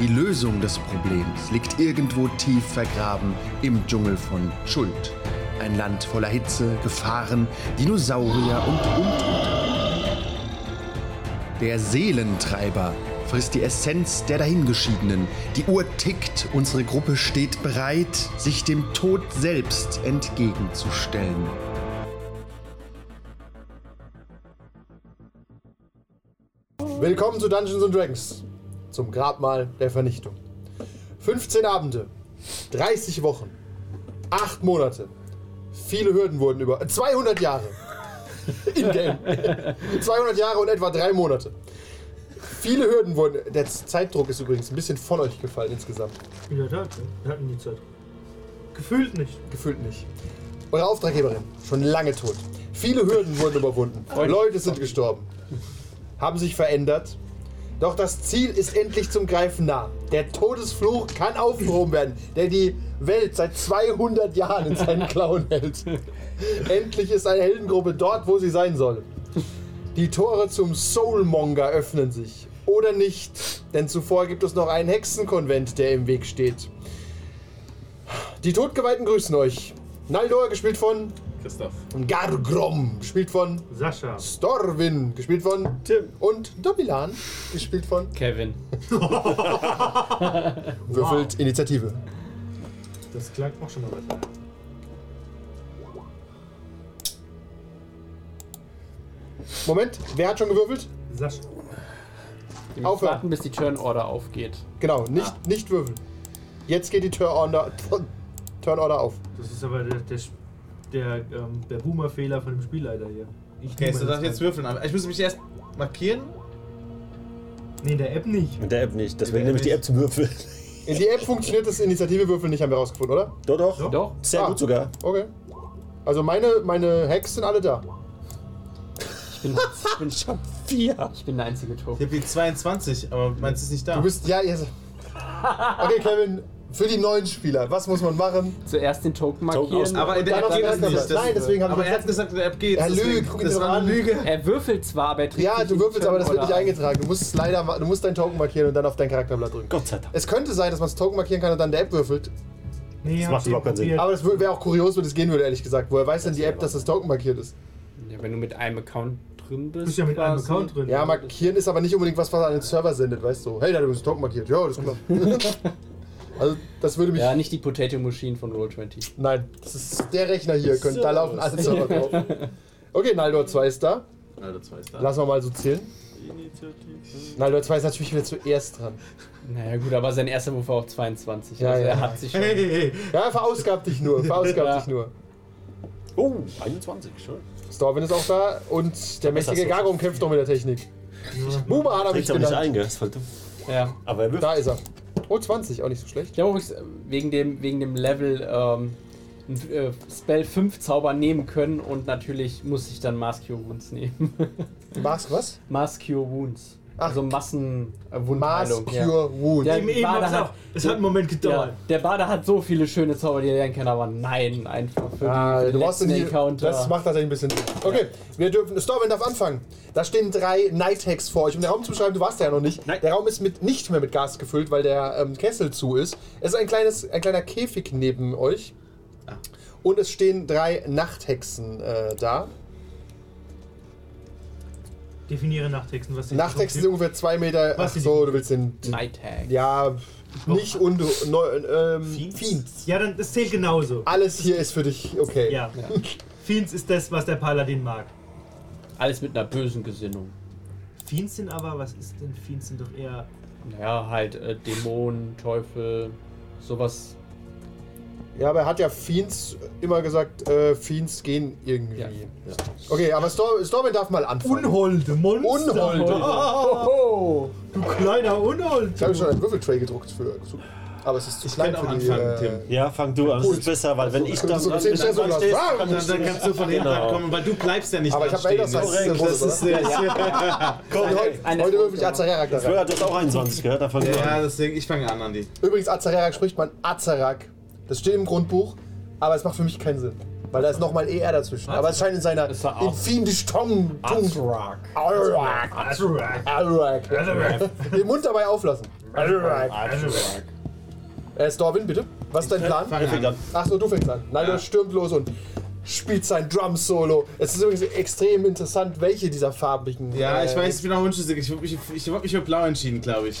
Die Lösung des Problems liegt irgendwo tief vergraben im Dschungel von Schuld. Ein Land voller Hitze, Gefahren, Dinosaurier und Untote. Der Seelentreiber frisst die Essenz der Dahingeschiedenen. Die Uhr tickt, unsere Gruppe steht bereit, sich dem Tod selbst entgegenzustellen. Willkommen zu Dungeons and Dragons, zum Grabmal der Vernichtung. 15 Abende, 30 Wochen, 8 Monate, viele Hürden wurden über 200 Jahre. In-game. 200 Jahre und etwa 3 Monate. Viele Hürden wurden. Der Zeitdruck ist übrigens ein bisschen von euch gefallen insgesamt. In der Tat, wir hatten die Zeit. Gefühlt nicht. Gefühlt nicht. Eure Auftraggeberin, schon lange tot. Viele Hürden wurden überwunden. Leute sind gestorben. Haben sich verändert. Doch das Ziel ist endlich zum Greifen nah. Der Todesfluch kann aufgehoben werden, der die Welt seit 200 Jahren in seinen Klauen hält. Endlich ist eine Heldengruppe dort, wo sie sein soll. Die Tore zum Soulmonger öffnen sich. Oder nicht, denn zuvor gibt es noch einen Hexenkonvent, der im Weg steht. Die Todgeweihten grüßen euch. Naldor, gespielt von Christoph. Gargrom, gespielt von Sascha. Storwin, gespielt von Tim. und Domilan, gespielt von Kevin. Würfelt Initiative. Das klang auch schon mal besser. Moment, wer hat schon gewürfelt? Sascha. Wir müssen Aufhören. warten, bis die Turn Order aufgeht. Genau, nicht, nicht würfeln. Jetzt geht die Turn Order, Turn Order auf. Das ist aber der, der, der, ähm, der Boomer-Fehler von dem Spielleiter hier. Ich Okay, nehme so darf das ich jetzt Teil. würfeln. aber Ich muss mich erst markieren. Nee, in der App nicht. Mit der App nicht. Das Mit wäre der nämlich die App App zum Würfeln. In die App funktioniert das Initiative-Würfeln nicht, haben wir rausgefunden, oder? Doch, doch. Doch? Sehr Ah. gut sogar. Okay. Also meine, meine Hacks sind alle da. Ich bin, Ich bin schon vier. ich bin der einzige Ich Token. hab die 22, aber meins ist nicht da. Du bist, ja, jetzt. Okay, Kevin, für die neuen Spieler, was muss man machen? Zuerst den Token markieren. aus- aber in der Und App dann geht auf das die App nicht. kommen. Nein, deswegen hab ich aber gesagt- er hat gesagt, in der App geht's. Er lügt, deswegen- guck ihn Das doch war eine an. Lüge. er würfelt zwar, aber er trägt Ja, nicht du die würfelst, aber das wird Turn-Order nicht ein. eingetragen. Du musst leider, ma- du musst dein Token markieren und dann auf dein Charakterblatt drücken. Gott sei Dank. Es könnte sein, dass man das Token markieren kann und dann in der App würfelt. Nee, macht überhaupt keinen Sinn. Aber das wäre auch kurios, wenn es gehen würde, ehrlich gesagt. Woher weiß denn die App, dass das Token markiert ist? Ja, wenn du mit einem Account drin bist. Du bist ja mit einem quasi. Account drin. Ja, markieren ist aber nicht unbedingt was, was an den Server sendet, weißt du? Hey, da hat übrigens ein Token markiert. Ja, das ist klar. also, das würde mich. Ja, nicht die Potato Machine von Roll20. Nein, das ist der Rechner hier. Könnt, da So. laufen alle Server drauf. Okay, Naldor 2 ist da. Alter, zwei ist da. Lassen wir mal so zählen. Naldor 2 ist natürlich wieder zuerst dran. Naja, gut, aber sein erster Wurf war auch 22. Ja, also ja. er hat sich schon. Hey, hey, hey. Ja, verausgab dich nur. Verausgab Ja. dich nur. Oh, 21, schön. Storwin ist auch da und der mächtige so. Gargum kämpft noch mit der Technik. Boomerang habe ich Kriegt aber nicht genannt. ein, gell? Das ist voll dumm. Ja. Aber er Da würfelt. ist er. Oh, 20, auch nicht so schlecht. Ich glaube, ich wegen dem, wegen dem Level ähm, ein äh, Spell 5 Zauber nehmen können und natürlich muss ich dann Mask Cure Wounds nehmen. Mask was? Mass Cure Wounds. Ach. Also Massenwundheilung. Mask Cure Wound. Ja. Eben, eben Bade hab's hat- auch. Es hat einen Moment gedauert. Ja, der Bade hat so viele schöne Zauber, die er lernen kann, aber nein, einfach für, Ah, die, für du den brauchst letzten ihn hier. Encounter. Das macht tatsächlich ein bisschen Sinn. Okay, wir dürfen. Storwin darf anfangen. Da stehen drei Night Hacks vor euch. Um den Raum zu beschreiben, du warst da ja noch nicht. Nein. Der Raum ist mit, nicht mehr mit Gas gefüllt, weil der ähm, Kessel zu ist. Es ist ein, kleines, ein kleiner Käfig neben euch. Und es stehen drei Nachthexen äh, da. Definiere Nachthexen. Was Nachthexen sind ungefähr zwei Meter. Was Ach sind so, die? du willst den. Night Hack. Ja, nicht und. Neu, ähm, Fiends. Ja, dann, das zählt genauso. Alles hier ist für dich okay. Ja. Fiends ist das, was der Paladin mag. Alles mit einer bösen Gesinnung. Fiends sind aber, was ist denn Fiends sind doch eher. Naja, halt äh, Dämonen, Teufel, sowas. Ja, aber er hat ja Fiends immer gesagt, äh, Fiends gehen irgendwie. Ja. Okay, aber Stor Stormin darf mal anfangen. Unholde Monster. Unholde. Ah, Oh, du kleiner Unholde. ich habe schon einen Würfeltray gedruckt für. zu- Aber es ist zu Ich klein kann für auch die... anfangen, äh, Ja, fang du an. Das ist besser, weil wenn ich Könnte dann. so dran zehn bin- Stück- Dann, Stehst du stehst, da? dann, dann kannst du von hinten Genau. kommen, weil du bleibst ja nicht Aber ich dran hab Elder Sign. stehen. Korrekt, Das ist sehr, sehr Heute, Eine- heute würfel ich Azarerak da Fleur rein. hat jetzt auch 21 gehört, davon Ja, deswegen, ich fange an, Andi. Übrigens, Azarerak spricht man Azarak. Das steht im Grundbuch, aber es macht für mich keinen Sinn. Weil da ist nochmal ER dazwischen. Aber es scheint in seiner Ist er in auch- fiendisch Tongen. Azrak. Azarak. Azarak. Den Mund dabei auflassen. Azarak. Äh, Storwin, bitte. Was ist dein Plan? Fange an. Achso, du fängst an. Nein, Ja. er stürmt los und spielt sein Drum-Solo. Es ist übrigens extrem interessant, welche dieser farbigen. Ja, ich äh, weiß, ich bin auch unschlüssig. Ich habe mich, ich hab mich für blau entschieden, glaube ich.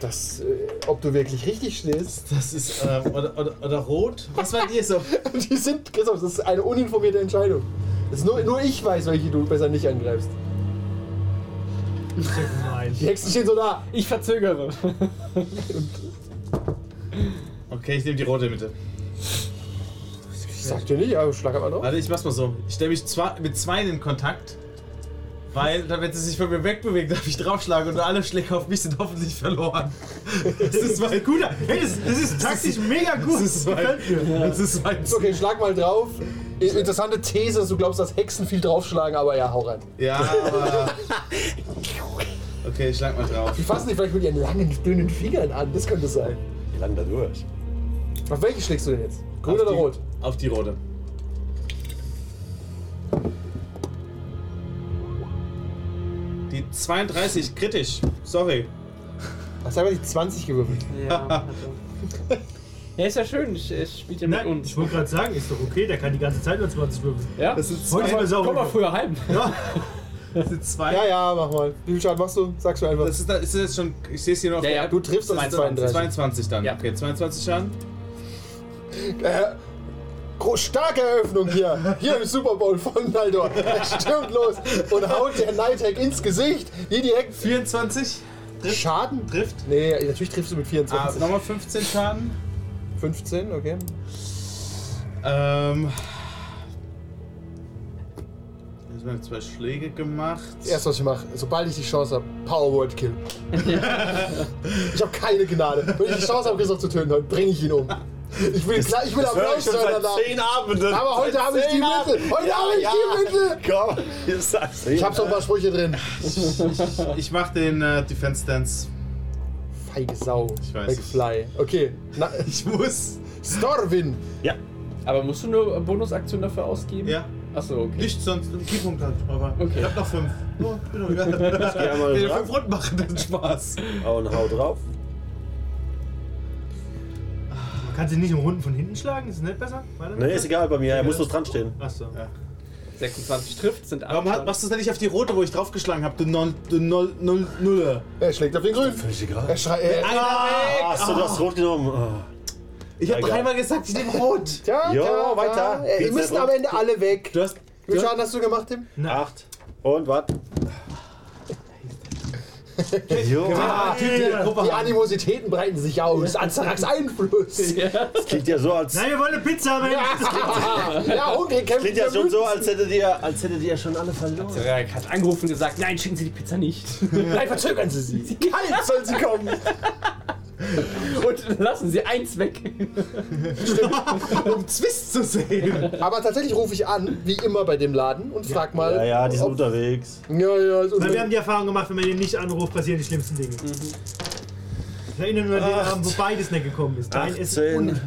Das, äh, ob du wirklich richtig stehst. Das ist, ähm, oder, oder, oder rot? Was war ihr so? Die sind, Christoph, das ist eine uninformierte Entscheidung. Das ist nur, nur ich weiß, welche du besser nicht angreifst. Die Nein. Hexen stehen so da. Ich verzögere. Okay, ich nehme die rote Mitte. Ich sag dir nicht, aber schlag aber drauf. Warte, ich mach's mal so. Ich stelle mich zwei, mit zwei in Kontakt. Weil, dann, wenn sie sich von mir wegbewegt, darf ich draufschlagen und alle Schläge auf mich sind hoffentlich verloren. Das ist mein guter. Hey, das, das ist taktisch mega gut. Das ist mein, das ist mein Okay, schlag mal drauf. Interessante These, dass du glaubst, dass Hexen viel draufschlagen, aber ja, hau rein. Ja, aber. Okay, ich schlag mal drauf. Die fassen dich vielleicht mit ihren langen, dünnen Fingern an, das könnte sein. Wie lange da durch? Auf welche schlägst du denn jetzt? Grün Auf oder die- rot? Auf die rote. Die 32, kritisch. Sorry. Hast du einfach die 20 gewürfelt? Ja, also. ja, ist ja schön. Ich, ich spielt ja mit Nein, uns. ich wollte gerade sagen, ist doch okay, der kann die ganze Zeit nur 20 würfeln. Ja? Das sind Heute zwei. mal sauber. Komm mal früher heim. Ja, Das sind zwei. Ja, ja, mach mal. Wie viel Schaden machst du? Sagst du einfach. Das ist, das ist jetzt schon. Ich sehe es hier noch. auf Ja, der ja, App. du triffst das 22, 32. 22 dann. Ja. Okay, 22 Schaden. Äh, gro- starke Eröffnung hier. Hier im Super Bowl von Naldor. Er stürmt los und haut der Nighthag ins Gesicht. Hier direkt 24. Schaden? Trifft. Nee, natürlich triffst du mit Ah, 24. nochmal 15 Schaden. 15, okay. Ähm. Jetzt haben wir zwei Schläge gemacht. Das erste, was ich mache, sobald ich die Chance habe, Power World Kill. ich habe keine Gnade. Wenn ich die Chance habe, Christoph zu töten, dann bringe ich ihn um. Ich will, klar, ich will Applaus hören danach. Abenden. Aber heute habe ich die Mittel. Heute habe ich die Mittel. Komm, jetzt sag's. Ich habe so ein paar Sprüche drin. Ich mach den äh, Defense Dance. Feige Sau. Ich weiß es. McFly. Okay. Na, Ich muss. Storwin. Ja. Aber musst du nur Bonusaktion dafür ausgeben? Ja. Achso, okay. Nicht sonst im Kiefung halt, aber Okay. ich hab noch fünf. Oh, bin noch wieder. Geh einmal Wenn wir dran. fünf Runden machen, dann Spaß. Und hau drauf. man kann sie nicht im Runden von hinten schlagen, ist nicht besser? Warte. Nee, ist egal bei mir. Er muss bloß dran stehen. Achso. Ja. 26 trifft, sind 8. Warum hat, machst du es denn nicht auf die rote, wo ich draufgeschlagen hab? Du Null, du Null, Null, Nulle. Er schlägt auf den Grün. Völlig egal. Er schreit. Er, Ah, Hast du das rot genommen? Ah. Ich hab Ja, doch egal. einmal gesagt, ich nehme rot. tja, Jo, tja, weiter. Äh, Wir Geht's müssen da am drauf? Ende alle weg. Du hast. Wie viel Schaden hast du gemacht, Tim? Acht. Und was? Jo, Ah, die, Die Gruppe haben. Animositäten breiten sich aus. Azaraks Einfluss. Ja, das klingt ja so, als Nein, wir wollen eine Pizza haben. ja Hunger kämpft. klingt ja schon so, als hättet ihr, als hättet ihr schon alle verloren. Drag hat angerufen und gesagt, nein, schicken Sie die Pizza nicht. Nein, verzögern Sie sie. Kalt soll sie kommen. und lassen Sie eins weg. um Zwist zu sehen. Aber tatsächlich rufe ich an, wie immer bei dem Laden, und frag mal. Ja, ja, die sind ob- unterwegs. Ja, ja, ist Weil wir haben unter- die Erfahrung gemacht, wenn man den nicht anruft, passieren die schlimmsten Dinge. Ich erinnere mich an den Abend, wo beides nicht gekommen ist. Dein ist 18,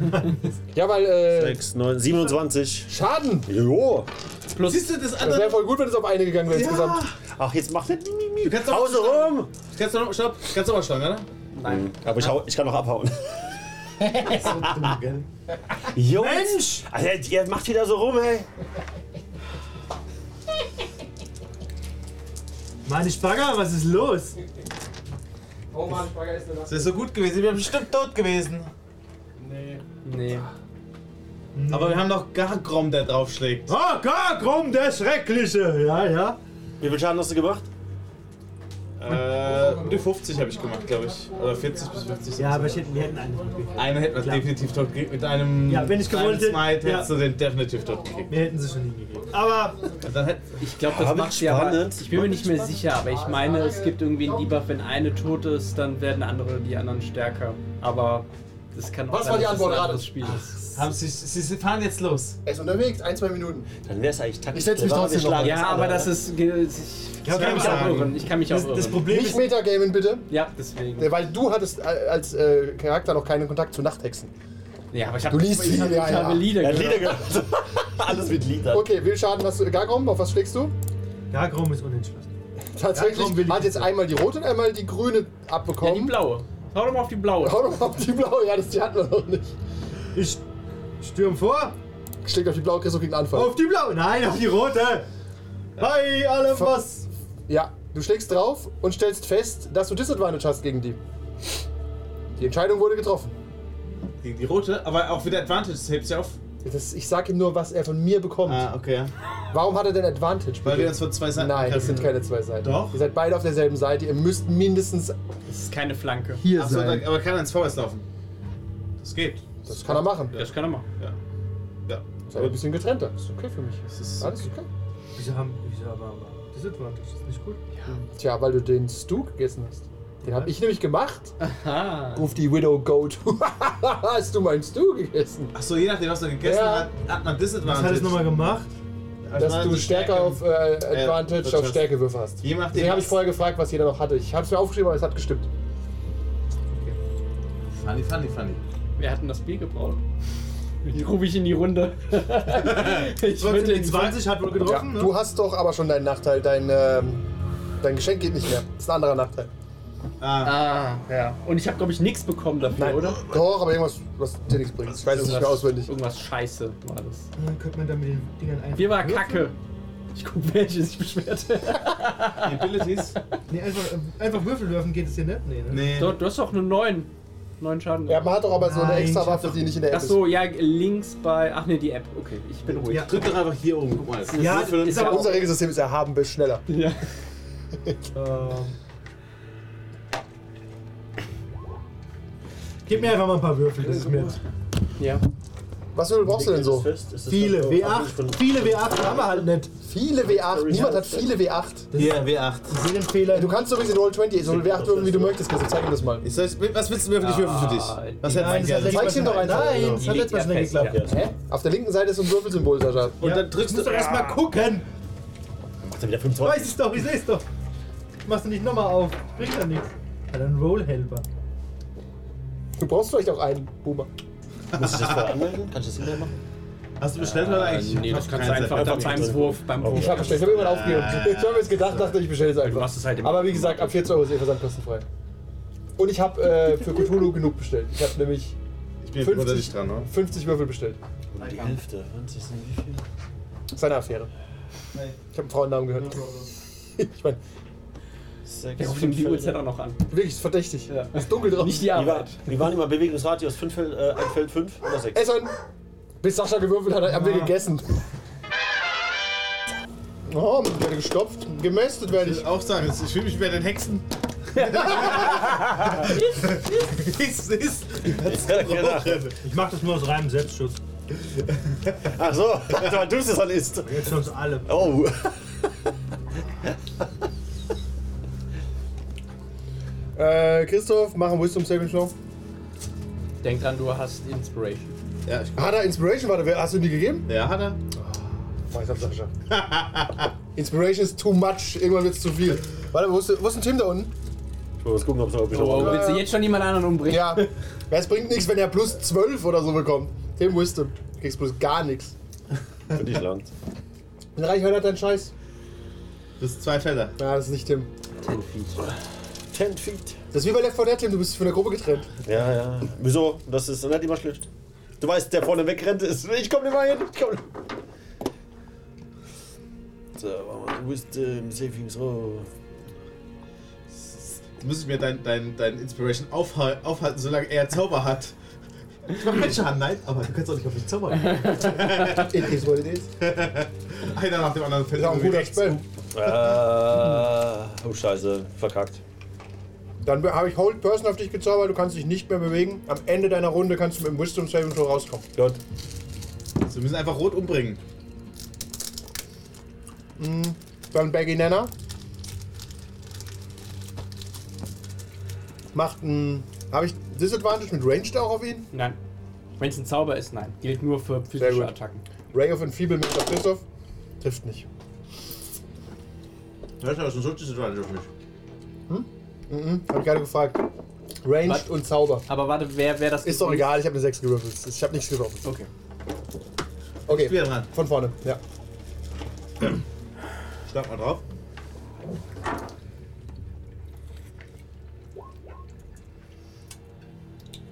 ja, weil äh, 6, 9, 27. Schaden. Jo. Plus Siehst du Das das wäre andere? voll gut, wenn es auf eine gegangen wäre insgesamt. Ach, jetzt macht er. Du kannst doch- Hause rum! Kannst du noch, stopp, kannst du noch mal schlagen, oder? Nein. Aber ich, hau, ich kann noch abhauen. Jungs! Mensch! Alter, ihr macht wieder so rum, ey. Meine Spanger, was ist los? Oh Mann, Bagger ist Das wäre so gut gewesen, wir wären bestimmt tot gewesen. Nee. Aber wir haben noch Gargrom, der draufschlägt. Oh, Gargrum, der Schreckliche! Ja, ja. Wie viel Schaden hast du gemacht? Äh, Gute 50 habe ich gemacht, glaube ich. Oder 40 bis 50. Ja, aber ich hätte, wir hätten einen mitgekriegt. Eine hätten wir Klar. definitiv tot gekriegt. Mit einem Ja, wenn ich kleinen gewollt hätte- Smite ja. hättest du den definitiv tot gekriegt. Wir hätten sie schon hingekriegt. Aber Und dann hätt, Ich glaube, das Aber macht sie aber. spannend. Ich bin mir nicht mehr sicher, aber ich meine, es gibt irgendwie einen Debuff, wenn eine tot ist, dann werden andere die anderen stärker. Aber das kann auch Was war die dass es Antwort? ein anderes Ratet. Spiel ist. haben sie, sie sie fahren jetzt los. Er ist unterwegs, ein, zwei Minuten. Dann wäre es eigentlich taktisch. Ich setz mich clever, trotzdem wir schlagen noch. Ja, jetzt alle, ne? aber das oder? ist. Ich Ja, kann mich auch sagen. irren. Ich kann mich das, auch das irren. Problem Nicht ist, Metagamen bitte, Ja, deswegen. äh, weil du hattest äh, als äh, Charakter noch keinen Kontakt zu Nachthexen. Ja, aber ich Du habe liest ich sie, hab, ich ja, ja. habe Lieder Ja, gehört. Lieder gehört. Alles mit Liedern. Okay, will Schaden hast du. Gagrom, auf was schlägst du? Gagrom ist unentschlossen. Tatsächlich Gagrom will ich hat jetzt einmal die rote und einmal die grüne Ja, die abbekommen. blaue. Hau doch mal auf die blaue. Hau doch mal auf die blaue, ja, das die hatten wir noch nicht. Ich stürm vor, Schlägt auf die blaue, kriegst du gegen Anfall. auf die blaue, nein, auf die rote. Hi, allem Ver- was. Ja, du schlägst drauf und stellst fest, dass du Disadvantage hast gegen die. Die Entscheidung wurde getroffen. Gegen die rote, aber auch wieder Advantage, das hebt sie auf. Das, ich sag ihm nur, was er von mir bekommt. okay. ja. Warum hat er denn Advantage? Ah. Weil bitte? wir uns von zwei Seiten Nein, das sind angreifen. keine zwei Seiten. Doch. Ihr seid beide auf derselben Seite. Ihr müsst mindestens Das ist keine Flanke. Hier Ach so, sein. da- aber kann ins Vorwärts laufen. Das geht. Das kann er machen. Das kann er machen. Ja. Ja. Ist aber ein bisschen getrennter. Ist okay für mich. Das ist Alles okay. Wieso haben, wieso aber, aber Disadvantage, ist nicht gut. Tja, weil du den Stu gegessen hast. Den habe ich nämlich gemacht. Ah. Ruft die Widow Goat. hast du meinen Stu gegessen? Achso, je nachdem, was du gegessen Ja. hast, hat man Disadvantage. Was hat es nochmal gemacht? Also Dass man du die stärker Stärke- auf äh, Advantage, das auf heißt- Stärkewürfe hast. Je nachdem, Deswegen habe ich was- vorher gefragt, was jeder noch hatte. Ich habe es mir aufgeschrieben, aber es hat gestimmt. Funny, funny, funny. Wer hat denn das Bier gebraut? Die rufe ich in die Runde. ich würde Die den 20 hat wohl Ja, getroffen, ne? du hast doch aber schon deinen Nachteil. Dein, ähm, dein Geschenk geht nicht mehr. Das ist ein anderer Nachteil. Ah, Ah, ja. Und ich habe, glaube ich, nichts bekommen dafür, oder? Doch, aber irgendwas, was dir nichts bringt. Ich weiß es nicht mehr auswendig. Irgendwas Scheiße war das. Dann könnte man da mit den Dingern einfach. Bier war würfeln. Kacke. Ich guck, welche sich beschwert. die Abilities? Nee, einfach, äh, einfach Würfel werfen geht es hier nicht. Nee, ne? Nee. du, du hast doch nur neun. Neun Schaden. Ja, man hat doch aber so eine Nein, extra ich hab Waffe, die nicht in der App Ach so, ja, links bei. Ach ne, die App. Okay, ich bin ruhig. Ja. Drück doch einfach hier oben, guck mal. Das Ja, nur für- ist ist. aber auch. Unser Regelsystem ist erhaben bis schneller. Ja. Ähm, Gib mir einfach mal ein paar Würfel, das ist mir. ja. Was für brauchst du denn so? Fest, ist das Viele dann so W8, viele W8 haben wir halt nicht. Viele W8. Niemand hat viele W8. Hier, W8. Seelenfehler. Du kannst übrigens in Roll 20 so W8 würfeln, wie du möchtest. Chris. Ich zeig ihm das mal. Ich soll, was willst du würfeln? Ich würfel für Ah, dich. Was hätte Nein, das mein hat Kerl? letztes Zeig's Mal ihm doch schon- einfach. Nein, das Die hat liegt letztes Mal ja schon nicht geklappt. fest, ja. Hä? Auf der linken Seite ist so ein Würfelsymbol, Sascha. Und dann drückst musst du Ah. doch erstmal gucken. Macht er wieder Ich 25. weiß es doch, ich seh's doch. Machst du nicht nochmal auf. Bringt ja nichts. Ja, dann Rollhelper. Du brauchst vielleicht auch einen, Boomer. Muss ich das vorher anmelden? Kannst du das hinterher machen? Ah. Hast du bestellt oder eigentlich? nee, das Hast kannst du keinen einfach Set. dann beim Wurf. Beim Wurf. Ich habe bestellt. Ich habe irgendwann aufgegeben. Ich habe jetzt gedacht, dachte ich, bestelle es einfach. machst es halt immer. Aber wie gesagt, ab 40 Euro ist ihr Versand kostenfrei. Und ich habe äh, für Cthulhu genug bestellt. Ich habe nämlich Ich bin jetzt 50, unter dich dran, ne? oder? 50 Würfel bestellt. Und die Hälfte. 20 sind wie viel? Seine Affäre. Ich habe einen Frauennamen gehört. Ich meine, Wir 6, rufen die Uhrzeit auch noch an. wirklich ist verdächtig. Ja. Ist dunkel drauf. Nicht die Wie, war, Arbeit. wie waren immer Bewegungsradius? Fünf, Feld- äh, ein Feld 5 oder 6? Essen! Bis Sascha gewürfelt hat, Ah. haben wir gegessen. Oh, ich werde gestopft. Gemästet werde Ich ich. auch sagen, ich fühle mich wie bei den Hexen. ist, ist. Genau. Ich mach das nur aus reinem Selbstschutz. Ach so, weil du es dann isst. Jetzt sonst alle. Oh. Äh, Christoph, mach einen Wisdom Saving Show. Denk dran, du hast Inspiration. Ja, ich, Hat er Inspiration? Warte, wer- hast du ihm die gegeben? ja, hat er. Oh, ich hab Sascha. Inspiration ist too much. Irgendwann wird's zu viel. Warte, wo ist, wo ist ein Tim da unten? Ich muss gucken, ob es noch irgendwie Oh, noch- willst du jetzt schon jemand anderen umbringen? Ja. Es bringt nichts, wenn er plus 12 oder so bekommt. Tim Wisdom. Du kriegst bloß gar nichts. für dich langt. Ein Reichhörner hat deinen Scheiß. Das sind zwei Felder. Ja, das ist nicht Tim. 10 Feet. Das ist wie bei Left 4 Dead, Tim. Du bist von der Gruppe getrennt. Ja, ja. Wieso? Das ist nicht immer schlecht. Du weißt, der vorne wegrennt ist. Ich komm nicht mal hin. Ich komm. So, warte mal. Du bist ähm, im Saving Throw. Jetzt muss ich mir dein, dein, dein Inspiration aufhal aufhalten, solange er Zauber hat. Ich mach keinen Schaden, nein, aber du kannst auch nicht auf mich zaubern. It is what it is. Einer nach dem anderen fällt Ist auch ein irgendwie guter rechts. Spell. Ah, oh, Scheiße. Äh, Verkackt. Dann habe ich Hold Person auf dich gezaubert, du kannst dich nicht mehr bewegen. Am Ende deiner Runde kannst du mit dem Wisdom Saving Throw rauskommen. Gott. So, wir müssen einfach rot umbringen. Dann Baggy Nana. Macht ein. Habe ich Disadvantage mit Ranged auch auf ihn? Nein. Wenn es ein Zauber ist, nein. Gilt nur für gut. physische Attacken. Ray of Enfeeblement auf Christoph. Trifft nicht. Das ist ja schon so Disadvantage auf mich. Mhm, habe ich gerade gefragt. Ranged Was? und Zauber. Aber warte, wer, wer das Ist doch egal, ich habe eine 6 gewürfelt. Ich habe nichts getroffen. Okay. Ich bin Okay, dran. von vorne, ja. Schlag mal drauf.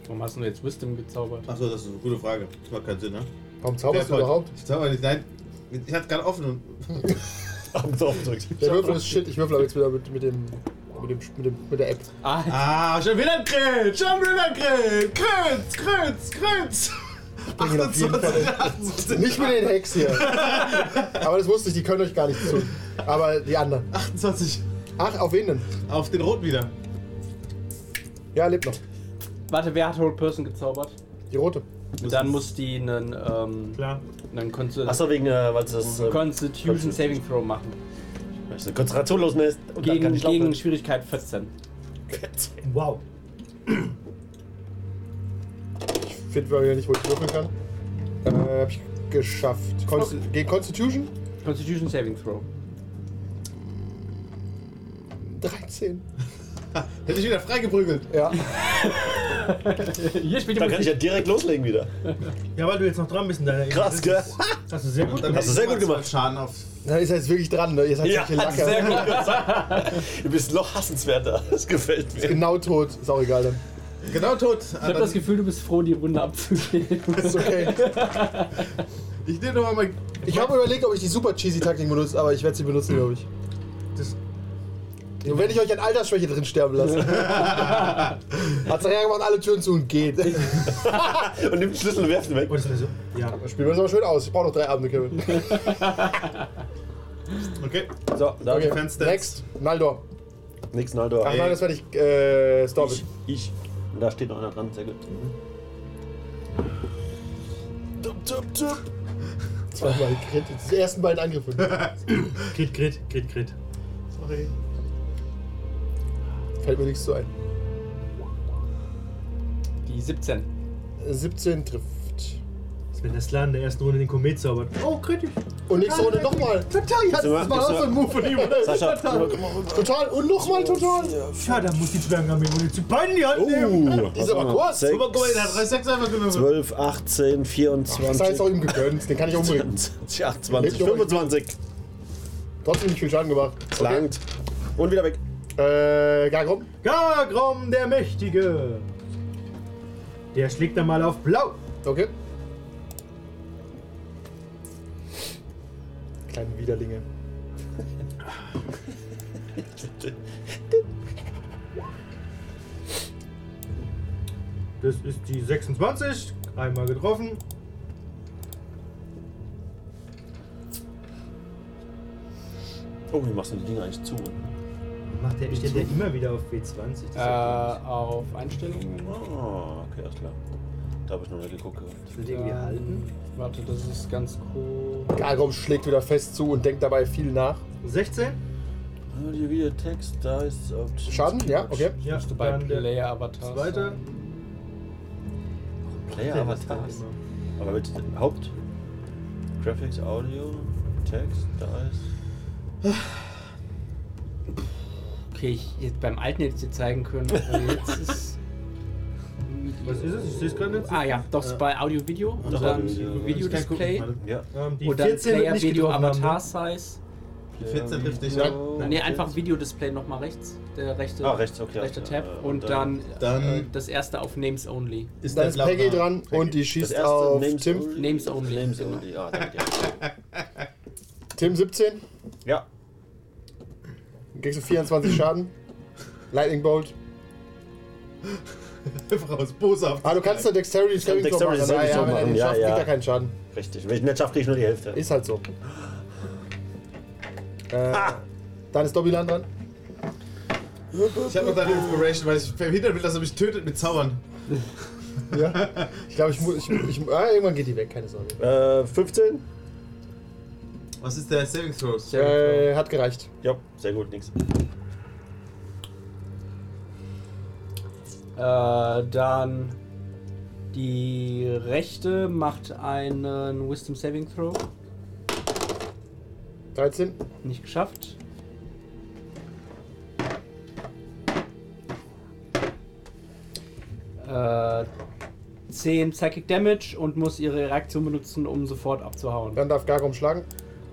Warum hast du jetzt Wisdom gezaubert? Achso, das ist eine gute Frage. Das macht keinen Sinn, ne? Warum zauberst du Wer überhaupt? folgt? Ich zauber nicht, nein. Ich hatte gerade offen und. Ab drauf gedrückt. Der Würfel ist shit, ich würfel aber jetzt wieder mit, mit, dem, mit, dem, mit, dem, mit der App. Ah, Ah, schon wieder ein Crit! Schon wieder ein Crit! Kritz, Kritz, Kritz! bring ihn auf jeden 28, 28, Nicht mit den Hex hier. aber das wusste ich, die können euch gar nichts zu. Aber die anderen. 28. Ach, auf wen denn? Auf den Rot wieder. Ja, lebt noch. warte, wer hat Whole Person gezaubert? Die rote. Dann muss die einen, ähm, Klar. einen Consti- Achso, wegen, äh, weil es das. Äh, Constitution Saving Throw machen. weil es eine Konzentration losen ist. Und dann kann Gegen, ich gegen laufen. Schwierigkeit 14. Wow. Ich finde mal wieder nicht, wo ich würfeln kann. Äh, hab ich geschafft. Const Gegen Constitution? Constitution Saving Throw. 13. Hätte ich wieder freigeprügelt. Ja. Hier spielt die Dann kann Musik. ich ja direkt loslegen wieder. Ja, weil du jetzt noch dran bist in deiner Ebene. Krass, gell? Das ist- Hast du sehr gut Dann gemacht. Hast du sehr gut gemacht. Schaden auf. Da ist er jetzt wirklich dran, ne? Ihr seid solche Lacker. sehr gut gesagt. Du bist noch hassenswerter. Das gefällt mir. Genau tot. Ist auch egal dann. Genau tot. Ich habe das Gefühl, du bist froh, die Runde abzugeben. Ist okay. ich nehme nochmal mein. Ich habe überlegt, ob ich die super cheesy Taktik benutze, aber ich werde sie benutzen, glaube ich. Das- Und wenn ich euch an Altersschwäche drin sterben lasse. Hat's nachher gemacht, alle Türen zu und geht. Spielen Und nimmt den Schlüssel und werft ihn weg. Oh, das war so. Ja. wir das aber schön aus. Ich brauche noch drei Abende, Kevin. Okay. So, da Ah. Okay, Fenster. next. Naldor. Nix, Naldo. Ach Ey. nein, das werde ich, äh, stoppen. Ich, ich. Und da steht noch einer dran, sehr gut. Tup, tup, tup. Zweimal gekriegt. Das ersten beiden Angriffe. Crit, crit, crit, crit. Sorry. Fällt mir nichts zu ein. Die 17. 17 trifft. Als wenn der Slan in der ersten Runde den Komet zaubert. Oh, kritisch. Und nächste Runde nochmal. Total, das war auch so ein Move von ihm. oder? Sascha, komm mal, komm mal runter. Total und nochmal total. Ja, da muss die Zwergenarmee wohl jetzt die Beine in die Oh. Hand nehmen. Uh, ist aber kurz. Sechs, Guck mal, der hat 3-6 einfach gewürfelt. 12, 18, Das heißt auch 24, ihm gegönnt. Den kann ich umbringen. 20, 28, 25. Trotzdem nicht viel Schaden gemacht. Es langt. Und wieder weg. Äh, Gagrum. Gagrom der Mächtige. Der schlägt dann mal auf Blau. Okay. Kleine Widerlinge. Das ist die 26. Einmal getroffen. Oh, wie machst du die Dinger eigentlich zu? Macht der, steht der immer wieder auf W20? Äh, auf Einstellungen. Ah, okay, alles klar. Da habe ich noch nicht geguckt. gehabt. Sind die irgendwie halten? Ähm, Warte, das ist ganz cool. Gagrum schlägt wieder fest zu und denkt dabei viel nach. 16? Ah, Hier wieder Text, da ist Option. Schaden? Ja, okay. Ja, Bist du bei dann der Player Avatar? zweite. Player Avatar. Aber mit dem Haupt. Graphics, Audio, Text, da ist. Okay, ich jetzt beim alten hätte ich dir zeigen können, aber jetzt ist. Was ist es? Ich sehe es gerade nicht. äh, Ah ja, doch ist bei Audio Video und Doch, dann Audio- Video. Video Display Ja. Ähm, die und dann 14 wird Player nicht Video getroffen haben, Avatar ne? Size. Die 14 trifft nicht. Nein. ne? Nee, einfach Video Display nochmal rechts, der rechte, Ah, rechts, okay. rechte Ja, Tab äh, und dann, dann- äh, das erste auf Names Only. Ist Dann der ist Blaue Peggy dran Peggy. und die Das schießt erste auf Names Tim. Only. Names Only, Names genau. Only. Ah, damit, ja. Tim 17. ja. Kriegst du 24 Schaden. Lightning Bolt. Einfach aus boshaft. Ah, du kannst da Dexterity Saving Throw Dexterity machen. Ah, Saving ja, Throw wenn er den machen, ja, schafft, ja. kriegt er keinen Schaden. Richtig. Wenn ich nicht schaffe, kriege ich nur die Hälfte. Ist halt so. Äh, Dann ist Dobbyland dran. Ich habe noch deine Inspiration, weil ich verhindern will, dass er mich tötet mit Zaubern. Ja? Ich glaube, ich muss. Ich, ich, ah, irgendwann geht die weg, keine Sorge. Äh, 15? Was ist der Saving Throws? Äh, hat gereicht. Ja, sehr gut, nix. Äh, dann die rechte macht einen Wisdom Saving Throw. 13? Nicht geschafft. Äh, 10 Psychic Damage und muss ihre Reaktion benutzen, um sofort abzuhauen. Dann darf Garum schlagen.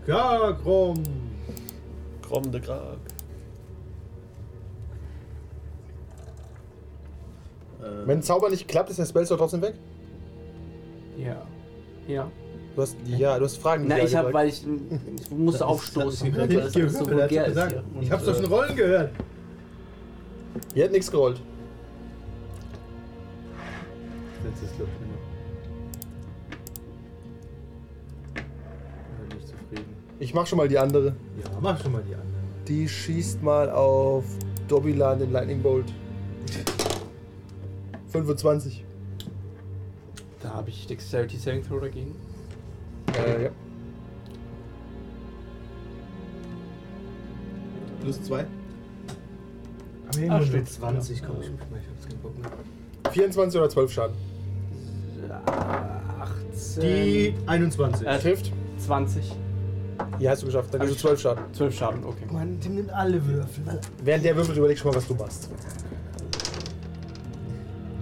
Gagrom. Krom de Grag. Wenn Zauber nicht klappt, ist der Spellstore trotzdem weg? Ja. Ja. Du hast, ja, du hast Fragen. Na, ja ich habe, gesagt. weil ich, ich musste aufstoßen, das hab weil ich das gehört, alles so der hat's vulgär ist gesagt. hier. Ich Und, hab's äh, auf den Rollen gehört. Ihr habt nichts gerollt. Jetzt ist Luft nicht zufrieden. Ich mach schon mal die andere. Ja, mach schon mal die anderen. Die schießt mal auf Dobilan den Lightning Bolt. 25. Da habe ich Dexterity Saving Throw dagegen. Äh, ja. Plus zwei. Aber irgendwann stimmt. wird 20, komm, ich, ich hab's keinen Bock mehr. 24 oder 12 Schaden. 18. Die 21. Äh, Trifft? 20. Ja, hast du geschafft. Dann Also also 12 Schaden. 12 Schaden, okay. Mann, Tim nimmt alle Würfel. Während der würfelt, überleg schon mal, was du machst.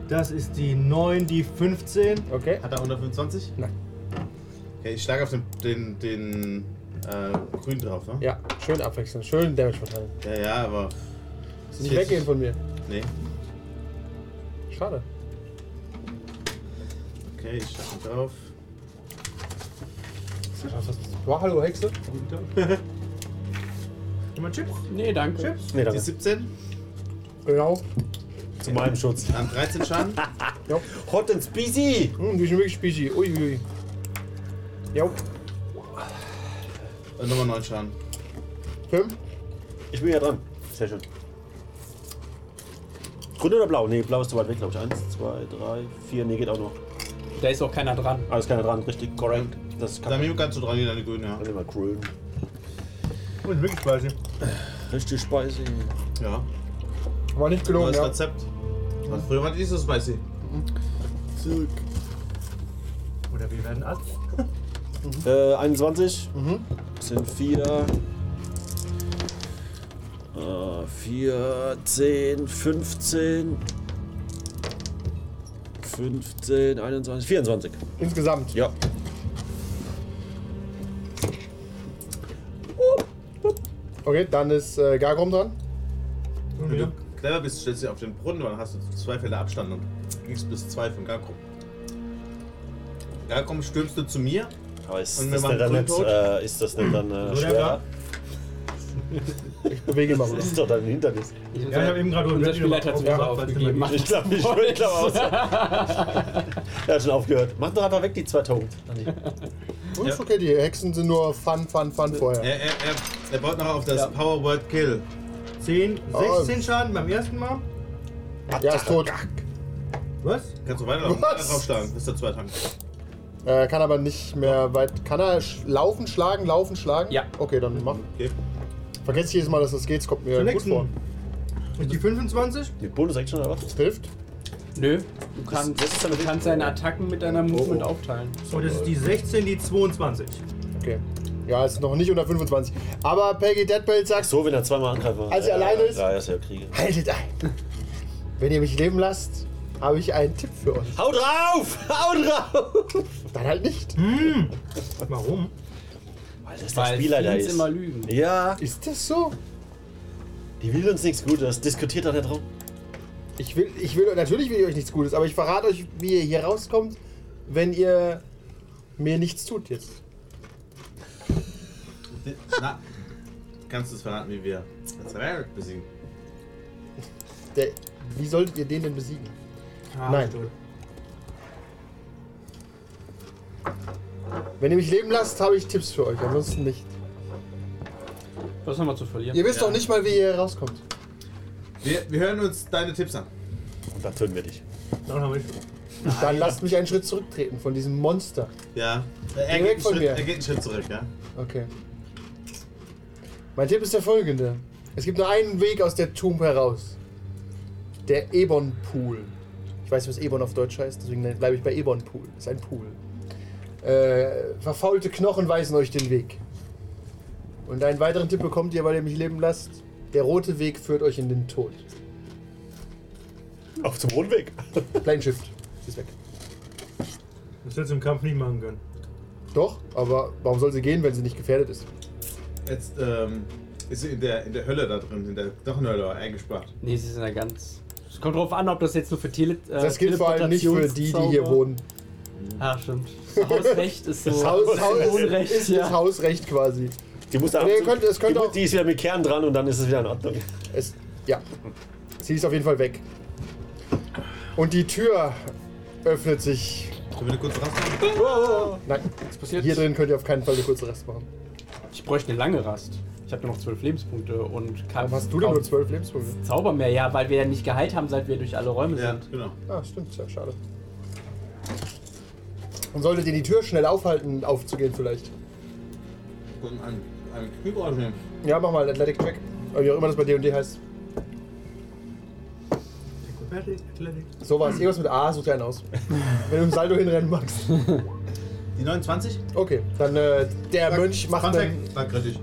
Das ist die 9, die Oh, 15. Okay? Hat er 125? Nein. Okay, ich schlage auf den, den, den äh, grün drauf, ne? Ja, schön abwechseln. Schön Damage verteilen. Ja, ja, aber. Nicht weggehen von mir. Nee. Schade. Okay, ich schlage drauf. Boah, hallo Hexe. Immer Chips? Nee, danke. Chips? Nee, Die danke. 17, Genau. Zu meinem Schutz. dann 13 Schaden. Hot and Speedy! Hm, die sind wirklich spießig. Uiuiui. Jo. Und nochmal 9 Schaden. Fünf. Ich bin ja dran. Sehr schön. Grün oder blau? Nee, blau ist zu weit weg, glaube ich. Eins, zwei, drei, vier. Nee, geht auch noch. Da ist auch keiner dran. Alles keiner dran. Richtig, korrekt. Das ist Dann kacke. nehmen wir ganz so dran, die deine grüne, ja. Dann nehmen wir grün. Und wirklich Speise. Richtig speisig. Ja. War nicht gelogen, Neues Oh, ja. Rezept. Und früher war die nicht so spicy. Zurück. Oder wir werden Arzt. Äh, 21. Das sind vier. Äh, 4, 10, 15, 15, 21, 24. Insgesamt. Ja. Okay, dann ist äh, Gargrom dran. Wenn du clever bist, stellst du dich auf den Brunnen, weil dann hast du zwei Felder Abstand und kriegst bis zwei von Garkrum. Garkrum stürmst du zu mir. Aber ist, Und wir das machen denn dann grün nicht, tot? äh, ist das denn dann äh, So, der schwerer? Ich bewege mal Das rüber. ist doch dein Hindernis. Ja, ich hab eben gerade unser Reggie Spielleiter hat noch sowieso aufgemacht, weil es aufgegeben. immer Macht Ich glaube, ich will glaube aus. Er hat schon aufgehört. Mach doch einfach weg die zwei Token. Gut, Ist okay, die Hexen sind nur Fun, Fun, Fun vorher. Er, er, er, er baut noch auf das Ja. Power Word Kill. 10, Oh. 16 Schaden beim ersten Mal. Ja, ist tot. Was? Kannst du weiterlaufen? Was? Draufschlagen, bis der zwei Tank. Äh, kann aber nicht mehr weit. Kann er sch laufen, schlagen, laufen, schlagen? Ja. Okay, dann mach. Okay. Vergesst jedes Mal, dass das geht, es kommt mir Zur gut vor. nächsten. Ist die 25? Mit Bonus-Action oder was? Das hilft. Nö. Du kannst, das ist dann du richtig. kannst deine Attacken mit deiner Movement aufteilen. Oh, das ist die 16, die 22. Okay. Ja, ist noch nicht unter 25. Aber Peggy Deadbelt sagt, So, wenn er zweimal angreift. Als er alleine Also ist? Ja, ja, ist ja Kriege. haltet ein. Wenn ihr mich leben lasst, habe ich einen Tipp für euch. Hau drauf! Hau drauf! Dann halt nicht. Warum? Weil das der Weil Spielleiter Fiends ist. immer lügen. Ja, Ist das so? die will uns nichts Gutes. Diskutiert doch nicht drum. Ich will, ich will, natürlich will ich euch nichts Gutes, aber ich verrate euch, wie ihr hier rauskommt, wenn ihr mir nichts tut jetzt. Na, kannst du es verraten, wie wir das Rare besiegen? Der, wie solltet ihr den denn besiegen? Ah, Nein. stimmt. Wenn ihr mich leben lasst, habe ich Tipps für euch, ansonsten nicht. Was haben wir zu verlieren? Ihr wisst doch nicht mal, wie ihr hier rauskommt. Wir, wir hören uns deine Tipps an. Und das töten wir dich. Dann haben wir Dann lasst mich einen Schritt zurücktreten von diesem Monster. Ja. Er Weg geht, einen von Schritt, mir. er geht einen Schritt zurück, ja. Okay. Mein Tipp ist der folgende. Es gibt nur einen Weg aus der Tomb heraus. Der Ebon Pool. Ich weiß nicht, was Ebon auf Deutsch heißt, deswegen bleibe ich bei Ebon Pool. Ist ein Pool. Äh, verfaulte Knochen weisen euch den Weg. Und einen weiteren Tipp bekommt ihr, weil ihr mich leben lasst. Der rote Weg führt euch in den Tod. Auf zum Rundweg. Plane Shift. Sie ist weg. Das hättest du im Kampf nicht machen können. Doch, aber warum soll sie gehen, wenn sie nicht gefährdet ist? Jetzt ähm, ist sie in der, in der Hölle da drin, in der Knochenhölle eingesperrt. Nee, sie sind ja ganz. Es kommt drauf an, ob das jetzt nur für Tele. Äh, Das gilt vor allem nicht für die, die hier Teleportationszauber- wohnen. Ah, stimmt. Das Hausrecht ist so. Das Haus, Haus Unrecht, ist ja. das Hausrecht quasi. Die muss da Nee, ab- könnte- es könnte die, auch- die ist wieder mit Kern dran und dann ist es wieder in Ordnung. Es, ja. Sie ist auf jeden Fall weg. Und die Tür öffnet sich. Können wir eine kurze Rast machen? Nein, Was passiert? hier drin könnt ihr auf keinen Fall eine kurze Rest machen. Ich bräuchte eine lange Rast. Ich habe nur noch zwölf Lebenspunkte und kann. Warum hast du denn nur zwölf Lebenspunkte? Zauber mehr? Ja, weil wir ja nicht geheilt haben, seit wir durch alle Räume Ja, sind. genau. Ah, stimmt, ja, schade. Und solltet ihr die Tür schnell aufhalten, aufzugehen vielleicht? Und einen, einen Kühlbrauch nehmen. Ja, mach mal einen Athletic Check. Oder wie auch immer das bei D&D heißt. Acrobatic, Athletic. So war es. Irgendwas mit A, such dir einen aus. Wenn du im Saldo hinrennen magst. Die 29? Okay, dann äh, der Mönch macht Fun einen, Fact, war kritisch.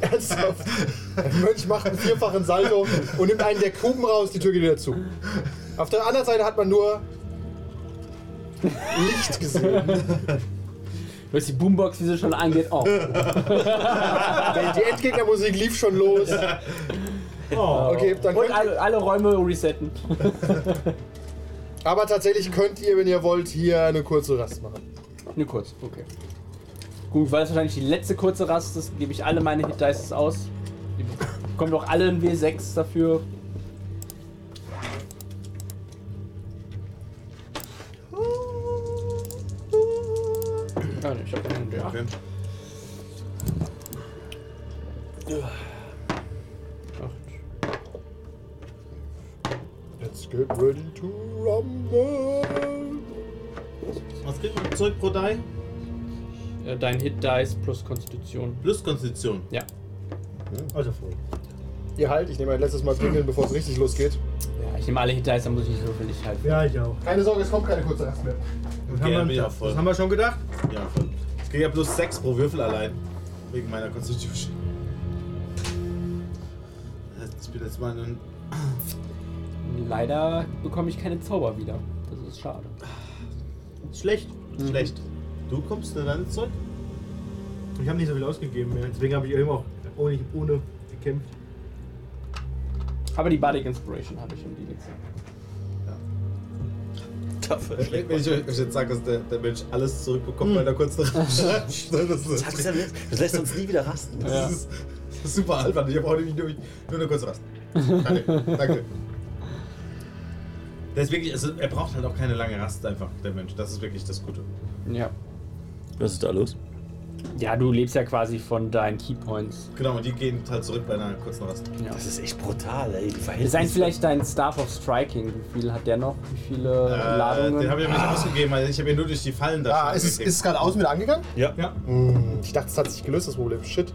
Ernsthaft? Ein Mönch macht einen vierfachen Salto und nimmt einen der Kuben raus, die Tür geht wieder zu. Auf der anderen Seite hat man nur Licht gesehen. Du hast die Boombox, wie sie schon angeht. Oh. Denn Die Endgegnermusik lief schon los. Oh, Okay, dann Und könnt, alle, alle Räume resetten. aber tatsächlich könnt ihr, wenn ihr wollt, hier eine kurze Rast machen. Nur kurz, okay. Gut, weil das wahrscheinlich die letzte kurze Rast ist, gebe ich alle meine Hit Dices aus. Die bekommen doch alle ein W6 dafür. Ah, nee, ich hab keinen D8. Okay. Acht. Let's get ready to rumble. Was kriegt man zurück pro Die? Äh, Dein Hit Dice plus Konstitution. Plus Konstitution. Ja. also voll. Ihr halt, ich nehme ein letztes Mal klingeln, bevor es richtig losgeht. ja ich nehme alle Hit Dice, dann muss ich nicht würfeln. Ich halt. Ja, ich auch. Keine Sorge, es kommt keine kurze Rast mehr. Das Okay, dann haben, bin ich wir, auch voll. das haben wir schon gedacht. Ja, voll. Ich kriege ja plus 6 pro Würfel allein. Wegen meiner Constitution. Ich bin jetzt mal einen. Leider bekomme ich keine Zauber wieder. Das ist schade. Schlecht. Mhm. Schlecht. Du kommst in deine zurück? Ich habe nicht so viel ausgegeben mehr. Deswegen habe ich eben auch ohne, ohne gekämpft. Aber die Bardic Inspiration habe ich und die letzte. Dafür. Wenn ich euch jetzt sage, dass der, der Mensch alles zurückbekommt bei einer kurzen Ratsche, Hm. das ist, Das, lässt uns nie wieder rasten. Ja. das ist, das ist super albern. Ich brauche nämlich nur, nur eine kurze Rast. Danke. Danke. Der ist wirklich, also er braucht halt auch keine lange Rast einfach, der Mensch. Das ist wirklich das Gute. Ja. Was ist da los? Ja, du lebst ja quasi von deinen Keypoints. Genau, und die gehen halt zurück bei einer kurzen Rast. Äh, Ja. Das ist echt brutal, ey. Die Verhältnisse. Design vielleicht dein Staff of Striking. Wie viel hat der noch? Wie viele Äh, Ladungen? den habe ich aber nicht ausgegeben, weil ich habe ja nur durch die Fallen da Ah, ist, es- ist es gerade aus mit angegangen? Ja. Hm, Ich dachte, es hat sich gelöst, das Problem. Shit.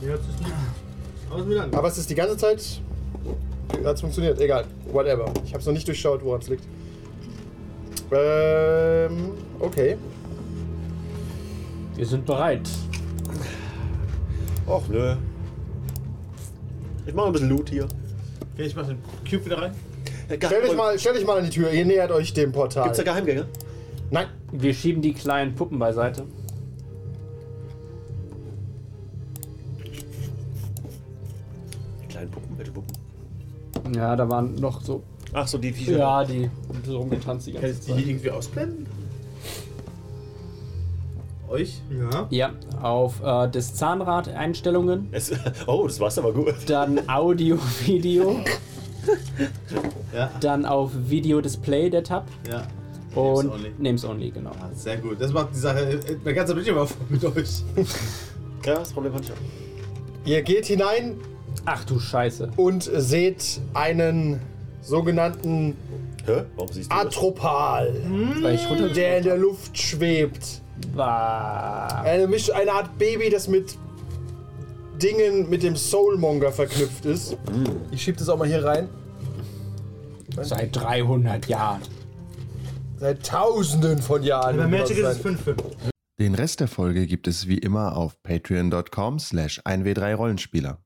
Ja, das ist nicht. Aus mit an. Aber es ist die ganze Zeit. Hat funktioniert, egal. Whatever. Ich hab's noch nicht durchschaut, woran es liegt. Ähm, okay. Wir sind bereit. Och, nö. Ich mache ein bisschen Loot hier. Okay, ich mache den Cube wieder rein. Stell dich, mal, stell dich mal an die Tür, ihr nähert euch dem Portal. Gibt's da Geheimgänge? Nein, Wir schieben die kleinen Puppen beiseite. Die kleinen Puppen? Welche Puppen? Ja, da waren noch so. Ach so, die Viecher. Ja, die so rumgetanzt die Kann ganze ich die Zeit. irgendwie ausblenden? Euch? Ja. Ja, auf äh, das Zahnrad Einstellungen, Es, oh, das war's aber gut. dann Audio Video, Ja. dann auf Video Display der Tab Ja. und only. Names Only, genau. Ah, sehr gut. Das macht die Sache. äh, Mein ganzer Bildschirm war voll mit euch. Ja, das Problem hatte ich auch. ihr geht hinein Ach du Scheiße. und seht einen sogenannten Hä? Warum siehst du das? Atropal, Weil ich runter. der in der Luft schwebt. Bah. Eine, Misch eine Art Baby, das mit Dingen mit dem Soulmonger verknüpft ist. Ich schieb das auch mal hier rein. Seit 300 Jahren. Seit tausenden von Jahren. Bei Magic ist Sein- es 5-5. Den Rest der Folge gibt es wie immer auf patreon.com slash 1w3rollenspieler.